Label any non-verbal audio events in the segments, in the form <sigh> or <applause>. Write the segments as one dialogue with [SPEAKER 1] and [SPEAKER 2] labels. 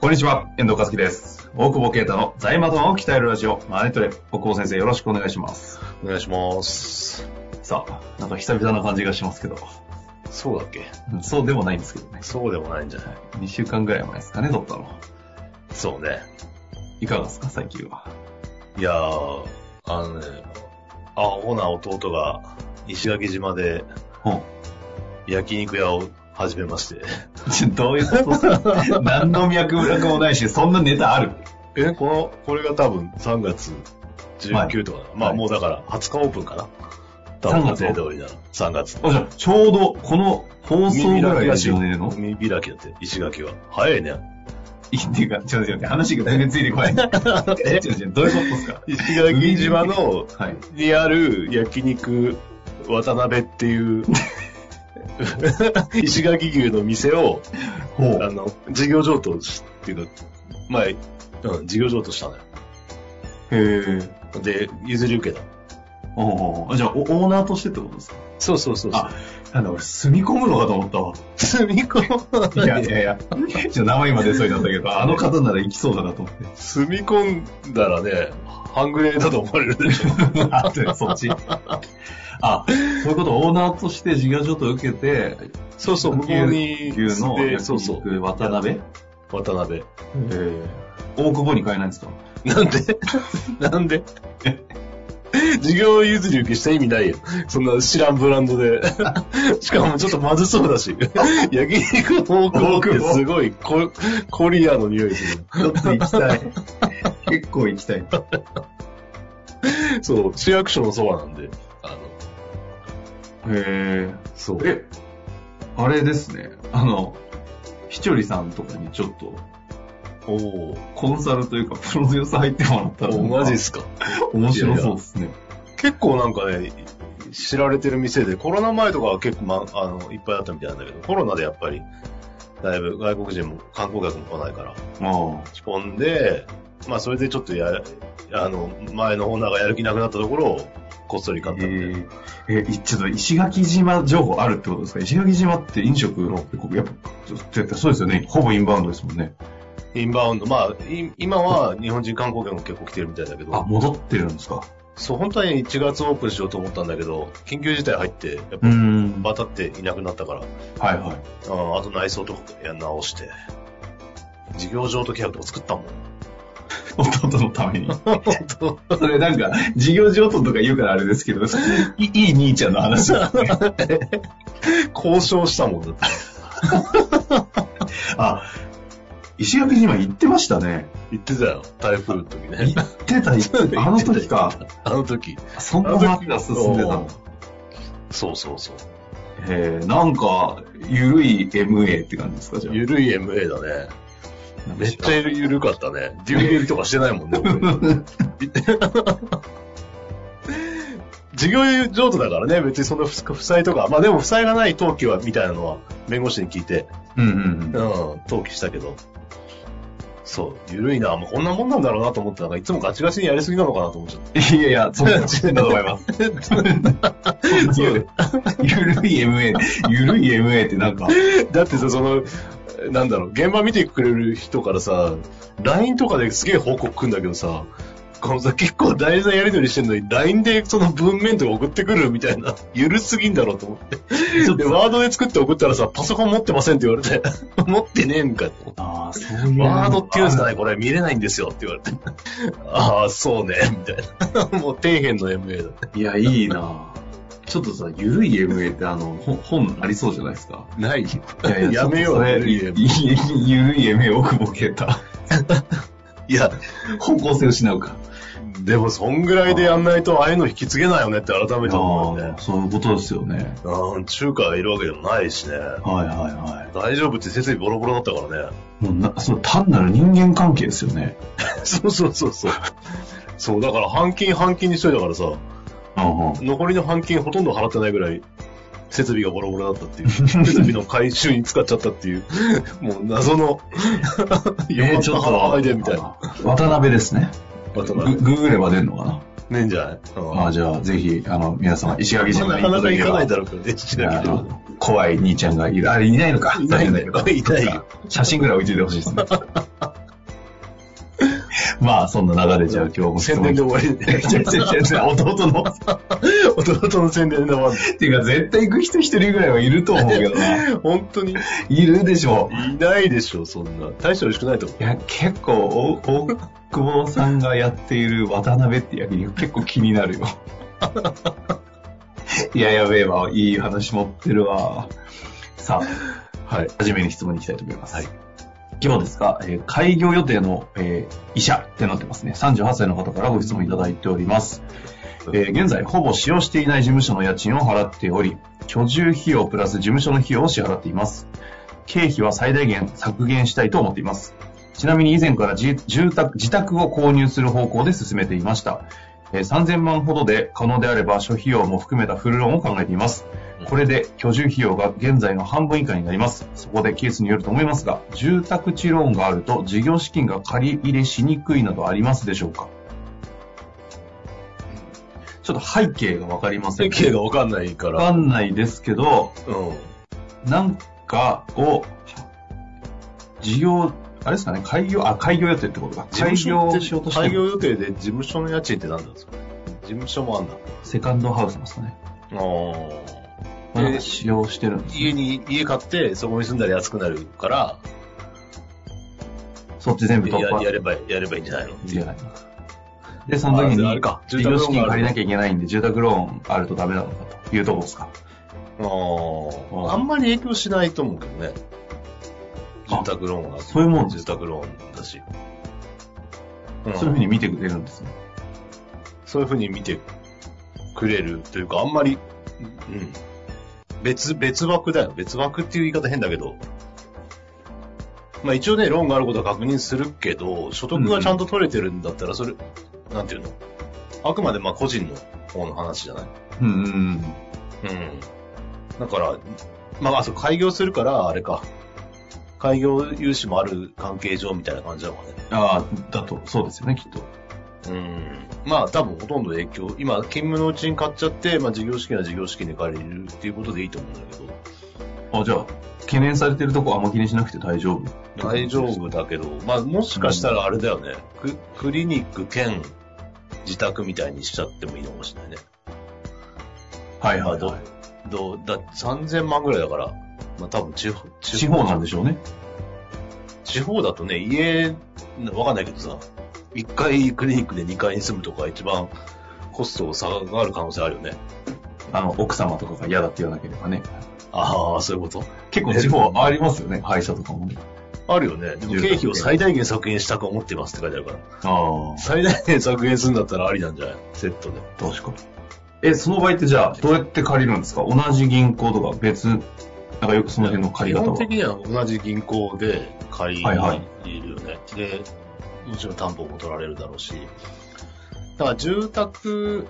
[SPEAKER 1] こんにちは、遠藤和樹です。大久保啓太の財務頭を鍛えるラジオ、マネトレ。大久保先生、よろしくお願いします。
[SPEAKER 2] お願いします。
[SPEAKER 1] さあ、なんか久々な感じがしますけど、
[SPEAKER 2] そうだっけ
[SPEAKER 1] うんそうでもないんですけどね。
[SPEAKER 2] そうでもないんじゃない
[SPEAKER 1] 2週間ぐらい前ですかね、撮ったの。
[SPEAKER 2] そうね。
[SPEAKER 1] いかがですか、最近は。
[SPEAKER 2] いやー、あのね、アホな弟が石垣島で
[SPEAKER 1] うん。
[SPEAKER 2] 焼肉屋を始めまして。
[SPEAKER 1] ちょ <laughs> どういうことっす <laughs> か何の脈絡もないし、そんなネタある
[SPEAKER 2] <laughs> え、この、これが多分3月19とかな、まあ
[SPEAKER 1] はい
[SPEAKER 2] もうだから20日オープンかな。多
[SPEAKER 1] 3
[SPEAKER 2] 分
[SPEAKER 1] 月
[SPEAKER 2] 予定通りな3月。
[SPEAKER 1] あ、じゃあ、ちょうど、この放送ぐらいですよねの
[SPEAKER 2] 見開きだって、石垣は。早いね。
[SPEAKER 1] いいっていうか、ちょっと待って、話が全然ついてこ <laughs> ない。え、ちょっと待ってどういうことですか
[SPEAKER 2] <laughs> 石垣島の
[SPEAKER 1] はい。
[SPEAKER 2] にある焼肉渡辺っていう <laughs> 石垣牛の店を
[SPEAKER 1] ほ
[SPEAKER 2] あ
[SPEAKER 1] う。
[SPEAKER 2] の事業譲渡しっていうか前、うん、事業譲渡したのよ
[SPEAKER 1] へぇ
[SPEAKER 2] で譲り受けた
[SPEAKER 1] あ、じゃあ、おオーナーとしてってことですか
[SPEAKER 2] そうそうそうそう
[SPEAKER 1] あなんだ、俺、住み込むのかと思ったわ。
[SPEAKER 2] 住み込ん
[SPEAKER 1] いやいやいや、ちょっと名前今出そうになったけど、 <laughs> あの方なら行きそうだなと思って。
[SPEAKER 2] 住み込んだらね半グレだと思われるでしょ
[SPEAKER 1] <laughs> あ、そっち。あ、そういうこと、オーナーとして自業譲渡を受けて、
[SPEAKER 2] そうそう向こうに
[SPEAKER 1] 牛の
[SPEAKER 2] で
[SPEAKER 1] 焼
[SPEAKER 2] そうそう
[SPEAKER 1] 肉渡辺
[SPEAKER 2] 渡辺
[SPEAKER 1] 大久保に変えないんですか
[SPEAKER 2] なんで <laughs> なんで事業譲り受けした意味ないよ。そんな知らんブランドで。 <laughs> しかもちょっとまずそうだし。 <laughs> 焼肉の大久保ってすごいココリアの匂いする。
[SPEAKER 1] ちょっと行きたい。結構行きたい。
[SPEAKER 2] そう、市役所のそばなんで。あの、
[SPEAKER 1] え。
[SPEAKER 2] そう。
[SPEAKER 1] え、あれですね。あの、ひちょりさんとかにちょっと、
[SPEAKER 2] おー
[SPEAKER 1] コンサルというか、プロデューサー入ってもらったら、
[SPEAKER 2] お、マジっすか。
[SPEAKER 1] 面白そうですね。
[SPEAKER 2] 結構なんかね、知られてる店で、コロナ前とかは結構、ま、あの、いっぱいあったみたいなんだけど、コロナでやっぱり、だいぶ外国人も観光客も来ないから、
[SPEAKER 1] あ
[SPEAKER 2] 落ち込んで、まあそれでちょっとや、あの、前のオーナーがやる気なくなったところを、こっそり買
[SPEAKER 1] え
[SPEAKER 2] ったみたいな。
[SPEAKER 1] ーえいちょっと石垣島情報あるってことですか石垣島って飲食の、ここやっぱ、ちょ絶対そうですよね。ほぼインバウンドですもんね。
[SPEAKER 2] インバウンド、まあ、い今は日本人観光客も結構来てるみたいだけ
[SPEAKER 1] あ、
[SPEAKER 2] ど、
[SPEAKER 1] 戻ってるんですか
[SPEAKER 2] そう、本当は1月オープンしようと思ったんだけど、緊急事態入って、やっぱ、
[SPEAKER 1] んは
[SPEAKER 2] バタっていなくなったから、あ
[SPEAKER 1] いは
[SPEAKER 2] ーあと内装とかやり直して、事業譲渡契約とか作
[SPEAKER 1] <laughs>
[SPEAKER 2] ったもん。
[SPEAKER 1] い。弟のために。 <laughs> それなんか、事業譲渡とか言うからあれですけど、いいい兄ちゃんの話だね。
[SPEAKER 2] 交渉したもんだって。
[SPEAKER 1] あ、石垣島行ってましたね。
[SPEAKER 2] 言ってたよ、台風の時ね
[SPEAKER 1] 行。ってた、行ってた。あの時か。
[SPEAKER 2] あの時。
[SPEAKER 1] そんな話が進んでたの。
[SPEAKER 2] そうそうそう。
[SPEAKER 1] えー、なんか、ゆるい MA って感じですかじゃあ。
[SPEAKER 2] ゆるい MA だね。めっちゃゆるかったね。デューゲルとかしてないもんね、 <laughs> 事業譲渡だからね、別にそんな負負債とか、まあでも負債がない登記は、みたいなのは、弁護士に聞いて、
[SPEAKER 1] うんうんうん
[SPEAKER 2] うん、。登記したけど、そう、ゆるいな、もうこんなもんなんだろうなと思ってたから、いつもガチガチにやりすぎなのかなと思っちゃっ
[SPEAKER 1] いやいや、そん <laughs> な違うんだと思い
[SPEAKER 2] <laughs>
[SPEAKER 1] ます。ゆるい MA、ゆるい MA ってなんか、
[SPEAKER 2] た。だってさ、その、なんだろう、現場見てくれる人からさ、LINE とかですげえ報告来るんだけどさ、このさ、結構大事なやりとりしてるのに、LINE でその文面とか送ってくるみたいな、ゆるすぎんだろうと思って。
[SPEAKER 1] ちょっ
[SPEAKER 2] で、
[SPEAKER 1] と、
[SPEAKER 2] ワードで作って送ったらさ、パソコン持ってませんって言われて、 <laughs> 持ってねえんかと思って。
[SPEAKER 1] ああ、そういう。
[SPEAKER 2] ワードっていうんですか
[SPEAKER 1] ね。
[SPEAKER 2] ね、これ見れないんですよって言われて。ああ、そうね、みたいな。も <laughs> う底辺の MA だね。
[SPEAKER 1] いや、いいなちょっとさ、ゆるい MA ってあの、ほ本ありそうじゃないですか。
[SPEAKER 2] ない
[SPEAKER 1] いやいや、
[SPEAKER 2] やめよう、
[SPEAKER 1] ゆ
[SPEAKER 2] ゆ
[SPEAKER 1] る
[SPEAKER 2] る
[SPEAKER 1] い
[SPEAKER 2] い
[SPEAKER 1] MA。
[SPEAKER 2] MA
[SPEAKER 1] ゆるい MA 奥ボケた。
[SPEAKER 2] いや、
[SPEAKER 1] 方向性失うか。
[SPEAKER 2] でも、そんぐらいでやんないと、ああいうの引き継げないよねって改めて思うよ
[SPEAKER 1] あ
[SPEAKER 2] ね
[SPEAKER 1] あ、。そういうことですよね。
[SPEAKER 2] うん、中華がいるわけでもないし
[SPEAKER 1] は
[SPEAKER 2] ね。
[SPEAKER 1] いはいは
[SPEAKER 2] 大丈夫って設備ボロボロだったからね。
[SPEAKER 1] い。もうな、その単なる人間関係ですよね。
[SPEAKER 2] そうそうそうそう。そう、だから半金半金にしといたからさ、
[SPEAKER 1] うんうん
[SPEAKER 2] 残りの半金ほとんど払ってないぐらい、設備がボロボロだったっていう。設備の回収に使っちゃったっていう、もう謎の、
[SPEAKER 1] <laughs> えー、ちょっと、
[SPEAKER 2] 払わないでみたいな。
[SPEAKER 1] 渡辺ですね。
[SPEAKER 2] バトナ
[SPEAKER 1] グ
[SPEAKER 2] ー
[SPEAKER 1] ググれば出るのかな
[SPEAKER 2] ねえんじゃないうん
[SPEAKER 1] ああ、じゃあ、ぜひ、あの、皆様、石垣島
[SPEAKER 2] な
[SPEAKER 1] に
[SPEAKER 2] かなか
[SPEAKER 1] い
[SPEAKER 2] 行
[SPEAKER 1] ただ
[SPEAKER 2] かない
[SPEAKER 1] け
[SPEAKER 2] だろうからね、石
[SPEAKER 1] れば
[SPEAKER 2] 垣
[SPEAKER 1] あ
[SPEAKER 2] 島
[SPEAKER 1] の怖い兄ちゃんがいる。あれ、いないのか。
[SPEAKER 2] いないんだ
[SPEAKER 1] 残念
[SPEAKER 2] よ
[SPEAKER 1] だ。
[SPEAKER 2] いないよ。
[SPEAKER 1] 写真ぐらい置いててほしいですね。 <laughs> まあ、そんな流れじゃあ、今日も質
[SPEAKER 2] 宣
[SPEAKER 1] 問
[SPEAKER 2] 伝で終わり
[SPEAKER 1] <laughs> いやいやいやいや弟の。
[SPEAKER 2] 弟の宣伝で終わり
[SPEAKER 1] っていうか、絶対行く人一人ぐらいはいると思うけどな。
[SPEAKER 2] 本当に。い
[SPEAKER 1] いるでしょう。
[SPEAKER 2] ないでしょ、そんな。大して美味しくないと思う
[SPEAKER 1] いや、結構、お大久保さんがやっている渡辺って焼肉結構気になる
[SPEAKER 2] <laughs>
[SPEAKER 1] よ。いや、やべえわ。いい話持ってるわ。さあ、
[SPEAKER 2] はい。
[SPEAKER 1] 初めに質問に行きたいと思います。
[SPEAKER 2] はい
[SPEAKER 1] 今日ですが、えー開業予定の、えー医者ってなってますね。38歳の方からご質問いただいております。えー現在、ほぼ使用していない事務所の家賃を払っており、居住費用プラス事務所の費用を支払っています。経費は最大限削減したいと思っています。ちなみに以前からじ住宅自宅を購入する方向で進めていました。えー3000万ほどで可能であれば諸費用も含めたフルローンを考えています。これで居住費用が現在の半分以下になります。そこでケースによると思いますが、住宅地ローンがあると事業資金が借り入れしにくいなどありますでしょうかちょっと背景がわかりませ
[SPEAKER 2] 設
[SPEAKER 1] ん。
[SPEAKER 2] 計がわかんないか。
[SPEAKER 1] わからんないですけど、
[SPEAKER 2] うん。
[SPEAKER 1] なんかを、事業、あれですかね、開業、あ、開業予定ってことか。開業しようとして
[SPEAKER 2] 開業
[SPEAKER 1] る。
[SPEAKER 2] 予定で事務所の家賃って何なんですか事務所もあんだ。
[SPEAKER 1] セカンドハウスなんですかね。
[SPEAKER 2] あ
[SPEAKER 1] まあなんか使用してるんですね
[SPEAKER 2] 家に、家買って、そこに住んだら安くなるから、
[SPEAKER 1] そっち全部突
[SPEAKER 2] や
[SPEAKER 1] 破。
[SPEAKER 2] やれば、やればいいんじゃないの
[SPEAKER 1] いやで、その時
[SPEAKER 2] ああれ
[SPEAKER 1] に
[SPEAKER 2] か、
[SPEAKER 1] 事業資金借りなきゃいけないんで、住宅ローンあるとダメなのかというところですか。
[SPEAKER 2] あ
[SPEAKER 1] うん
[SPEAKER 2] あ。あんまり影響しないと思うけどね。
[SPEAKER 1] あ
[SPEAKER 2] 住宅ローンは。
[SPEAKER 1] そういうもんです
[SPEAKER 2] 住宅ローンだし。うん
[SPEAKER 1] そういうふうに見てくれるんですね。
[SPEAKER 2] そういうふうに見てくれるというか、あんまり、うん。別、別枠だよ。別枠っていう言い方変だけど。まあ一応ね、ローンがあることは確認するけど、所得がちゃんと取れてるんだったら、それ、なんていうのあくまでまあ個人の方の話じゃない
[SPEAKER 1] うんうんうん。
[SPEAKER 2] うん。だから、まあ、あそう、開業するから、あれか。開業融資もある関係上みたいな感じなのかね。
[SPEAKER 1] ああ、だと、そうですよね、きっと。
[SPEAKER 2] うん。まあ、多分ほとんど影響。今、勤務のうちに買っちゃって、まあ、事業資金は事業資金で借りるっていうことでいいと思うんだけど。
[SPEAKER 1] あじゃあ、懸念されてるとこあんま気にしなくて大丈夫。
[SPEAKER 2] 大丈夫だけど、まあ、もしかしたらあれだよね。ククリニック兼自宅みたいにしちゃってもいいのかもしれないね。
[SPEAKER 1] はい
[SPEAKER 2] ま
[SPEAKER 1] は
[SPEAKER 2] あ、
[SPEAKER 1] い、は
[SPEAKER 2] ど
[SPEAKER 1] い。、
[SPEAKER 2] どう、だ、3000万ぐらいだから、まあ、多分地方、
[SPEAKER 1] 地方なんでしょうね。
[SPEAKER 2] 地方だとね、家、わかんないけどさ、1回クリニックで2階に住むとか一番コストを下がる可能性あるよね。
[SPEAKER 1] あの、奥様とかが嫌だって言わなければね。
[SPEAKER 2] ああ、そういうこと
[SPEAKER 1] 結構地方ありますよね、歯医者とかもね。
[SPEAKER 2] あるよね。でも経費を最大限削減したく思ってますって書いてあるから。
[SPEAKER 1] ああ。
[SPEAKER 2] 最大限削減するんだったらありなんじゃないセットで。
[SPEAKER 1] 確かに。え、その場合ってじゃあ、どうやって借りるんですか同じ銀行とか別、なんかよくその辺の借り
[SPEAKER 2] 基
[SPEAKER 1] 方
[SPEAKER 2] 本
[SPEAKER 1] は。
[SPEAKER 2] 的には同じ銀行で借り
[SPEAKER 1] はいは
[SPEAKER 2] るよね。で、もちろん担保も取られるだろうし。だから住宅、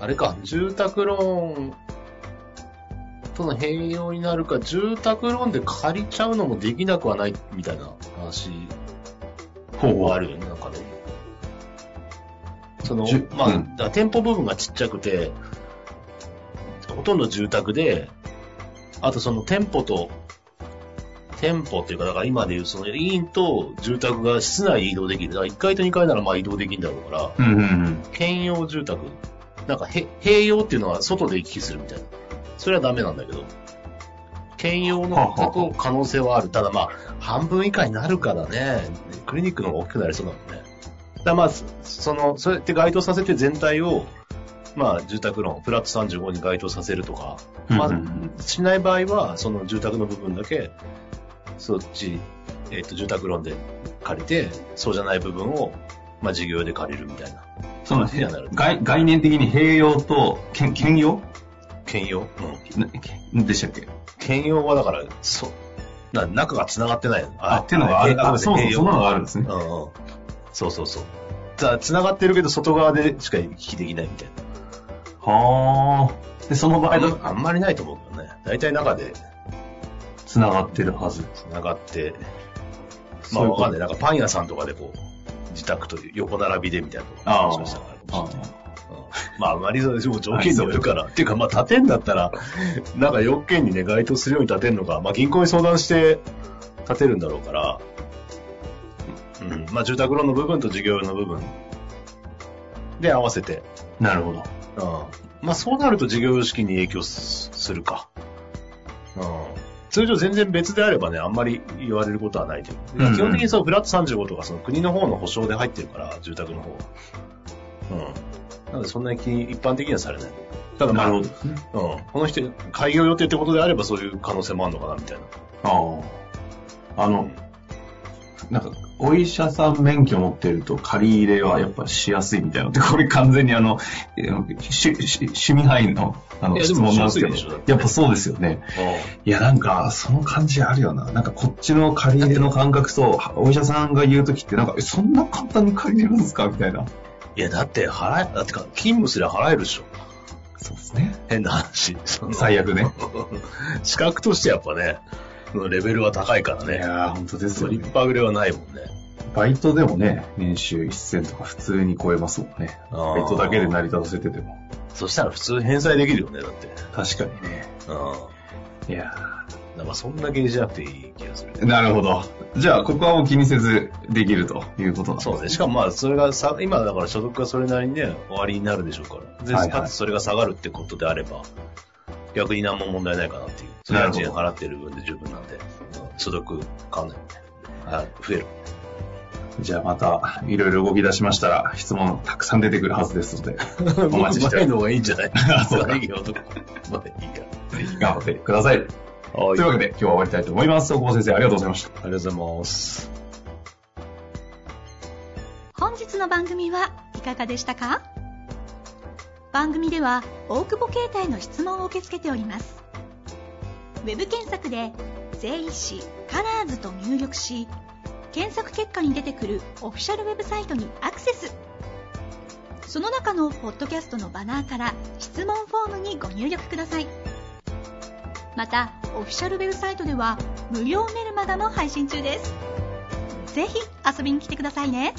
[SPEAKER 2] あれか、住宅ローンとの併用になるか、住宅ローンで借りちゃうのもできなくはないみたいな話
[SPEAKER 1] ほうほう
[SPEAKER 2] はあるよね、なんかね。その
[SPEAKER 1] じゅ、
[SPEAKER 2] まあ、
[SPEAKER 1] うん
[SPEAKER 2] だから店舗部分がちっちゃくて、ほとんど住宅で、あとその店舗と、店舗っていうか、だから今でいうその委員と住宅が室内に移動できる。だから1階と2階ならまあ移動できるんだろうから、
[SPEAKER 1] うんうんうん。
[SPEAKER 2] 兼用住宅。なんかへ、併用っていうのは外で行き来するみたいな。それはダメなんだけど。兼用のだと可能性はある。ただまあ、半分以下になるからね、クリニックの方が大きくなりそうだもんね。だからまあ、そその、そうやって該当させて全体を、まあ、住宅ローン、プラット35に該当させるとか、ま
[SPEAKER 1] うんう
[SPEAKER 2] あ、しない場合は、その住宅の部分だけ、そっち、えっ、と、住宅ローンで借りて、そうじゃない部分をまあ、事業で借りるみたいな。
[SPEAKER 1] その
[SPEAKER 2] いやなる
[SPEAKER 1] 概概念的に併用と兼兼用
[SPEAKER 2] 兼用うん。
[SPEAKER 1] な兼でしたっけ
[SPEAKER 2] 兼用はだから、そう。な中が繋がってないの。
[SPEAKER 1] あっていうのがある
[SPEAKER 2] あ
[SPEAKER 1] あそうそうそんなのがあるんですね
[SPEAKER 2] うんうん。そうそうそう。だ繋がってるけど、外側でしか行き来できないみたいな。
[SPEAKER 1] はあ。で、その場合だと
[SPEAKER 2] あんまりないと思うけどね。大体中で
[SPEAKER 1] 繋がってるはず。
[SPEAKER 2] 繋がって、ま
[SPEAKER 1] そうい
[SPEAKER 2] あ
[SPEAKER 1] うこ
[SPEAKER 2] わ
[SPEAKER 1] と
[SPEAKER 2] かんない。なんかパン屋さんとかでこう、自宅という横並びでみたいなとこ
[SPEAKER 1] ああ
[SPEAKER 2] もしかしたらあるかもしれない。
[SPEAKER 1] あ
[SPEAKER 2] うんまあ、あまりそうですもう条件によるから。っていうか、まあ、建てんだったら、なんか要件にね、該当するように建てるのか、まあ、銀行に相談して建てるんだろうから、うん、まあ、住宅ローンの部分と事業用の部分で合わせて、
[SPEAKER 1] なるほど。
[SPEAKER 2] うん、まあ、そうなると事業用資金に影響すするか。うん通常全然別であればね、あんまり言われることはないという
[SPEAKER 1] うんうん
[SPEAKER 2] 基本的にそう、フラット35とか、その国の方の保証で入ってるから、住宅の方。うん。なので、そんなに気に一般的にはされない。ただ、
[SPEAKER 1] な
[SPEAKER 2] まあ、
[SPEAKER 1] るほ
[SPEAKER 2] うん。
[SPEAKER 1] どですね。
[SPEAKER 2] この人、開業予定ってことであれば、そういう可能性もあるのかな、みたいな。
[SPEAKER 1] ああ。あの、なんか、お医者さん免許持ってると借り入れはやっぱしやすいみたいなのって。これ完全にあの、えーしし趣味範囲のあ
[SPEAKER 2] い
[SPEAKER 1] の
[SPEAKER 2] や
[SPEAKER 1] 質
[SPEAKER 2] でも
[SPEAKER 1] 問なんですけ
[SPEAKER 2] しやすいでしょだ
[SPEAKER 1] ど
[SPEAKER 2] っ、て
[SPEAKER 1] やっぱそうですよね。いや、なんか、その感じあるよな。なんか、こっちの借り入れの感覚と、お医者さんが言うときって、なんか、えそんな簡単に借りれるんですかみたいな。
[SPEAKER 2] いや、だって、払え、だってか、勤務すりゃ払えるでしょ。
[SPEAKER 1] そうですね。
[SPEAKER 2] 変な話。その
[SPEAKER 1] 最悪ね。
[SPEAKER 2] 資格としてやっぱね、そのレベルは高いから
[SPEAKER 1] い
[SPEAKER 2] ね。
[SPEAKER 1] やー、本当です
[SPEAKER 2] そ
[SPEAKER 1] よ
[SPEAKER 2] う
[SPEAKER 1] ね
[SPEAKER 2] 立。派ぐれはないもんね。
[SPEAKER 1] バイトでもね、年収1000とか普通に超えますもんね。
[SPEAKER 2] あー
[SPEAKER 1] バイトだけで成り立たせてても。
[SPEAKER 2] そしたら普通返済できるよね、だって。
[SPEAKER 1] 確かにね。
[SPEAKER 2] う
[SPEAKER 1] いや
[SPEAKER 2] ん。だからそんなゲージなくていい気がする。
[SPEAKER 1] ーなるほど。じゃあ、ここはもう気にせずできるということなんです
[SPEAKER 2] そうね。しかもまあ、それがさ、今だから所得がそれなりにね、終わりになるでしょうから。で、
[SPEAKER 1] はいはい
[SPEAKER 2] かつそれが下がるってことであれば、逆に何も問題ないかなっていう。それ
[SPEAKER 1] な
[SPEAKER 2] は
[SPEAKER 1] るほど
[SPEAKER 2] 家賃払ってる分で十分なんで、うん所得変わんないよね。あ増え <laughs> る。
[SPEAKER 1] じゃあ、また、いろいろ動き出しましたら、質問たくさん出てくるはずですので、お待ちしてお
[SPEAKER 2] ない
[SPEAKER 1] りま
[SPEAKER 2] の方がいいんじゃない <laughs>
[SPEAKER 1] あそうか
[SPEAKER 2] いいよ、とか。まあいいか
[SPEAKER 1] す。ぜひ頑張ってください。
[SPEAKER 2] ら。は
[SPEAKER 1] というわけで、今日は終わりたいと思います。大久保先生、ありがとうございました。
[SPEAKER 2] ありがとうございます。
[SPEAKER 3] 本日の番組はいかがでしたか番組では大久保携帯の質問を受け付けておりますウェブ検索で「税理士カラーズと入力し検索結果に出てくるオフィシャルウェブサイトにアクセスその中のポッドキャストのバナーから質問フォームにご入力くださいまたオフィシャルウェブサイトでは無料メルマガも配信中ですぜひ遊びに来てくださいね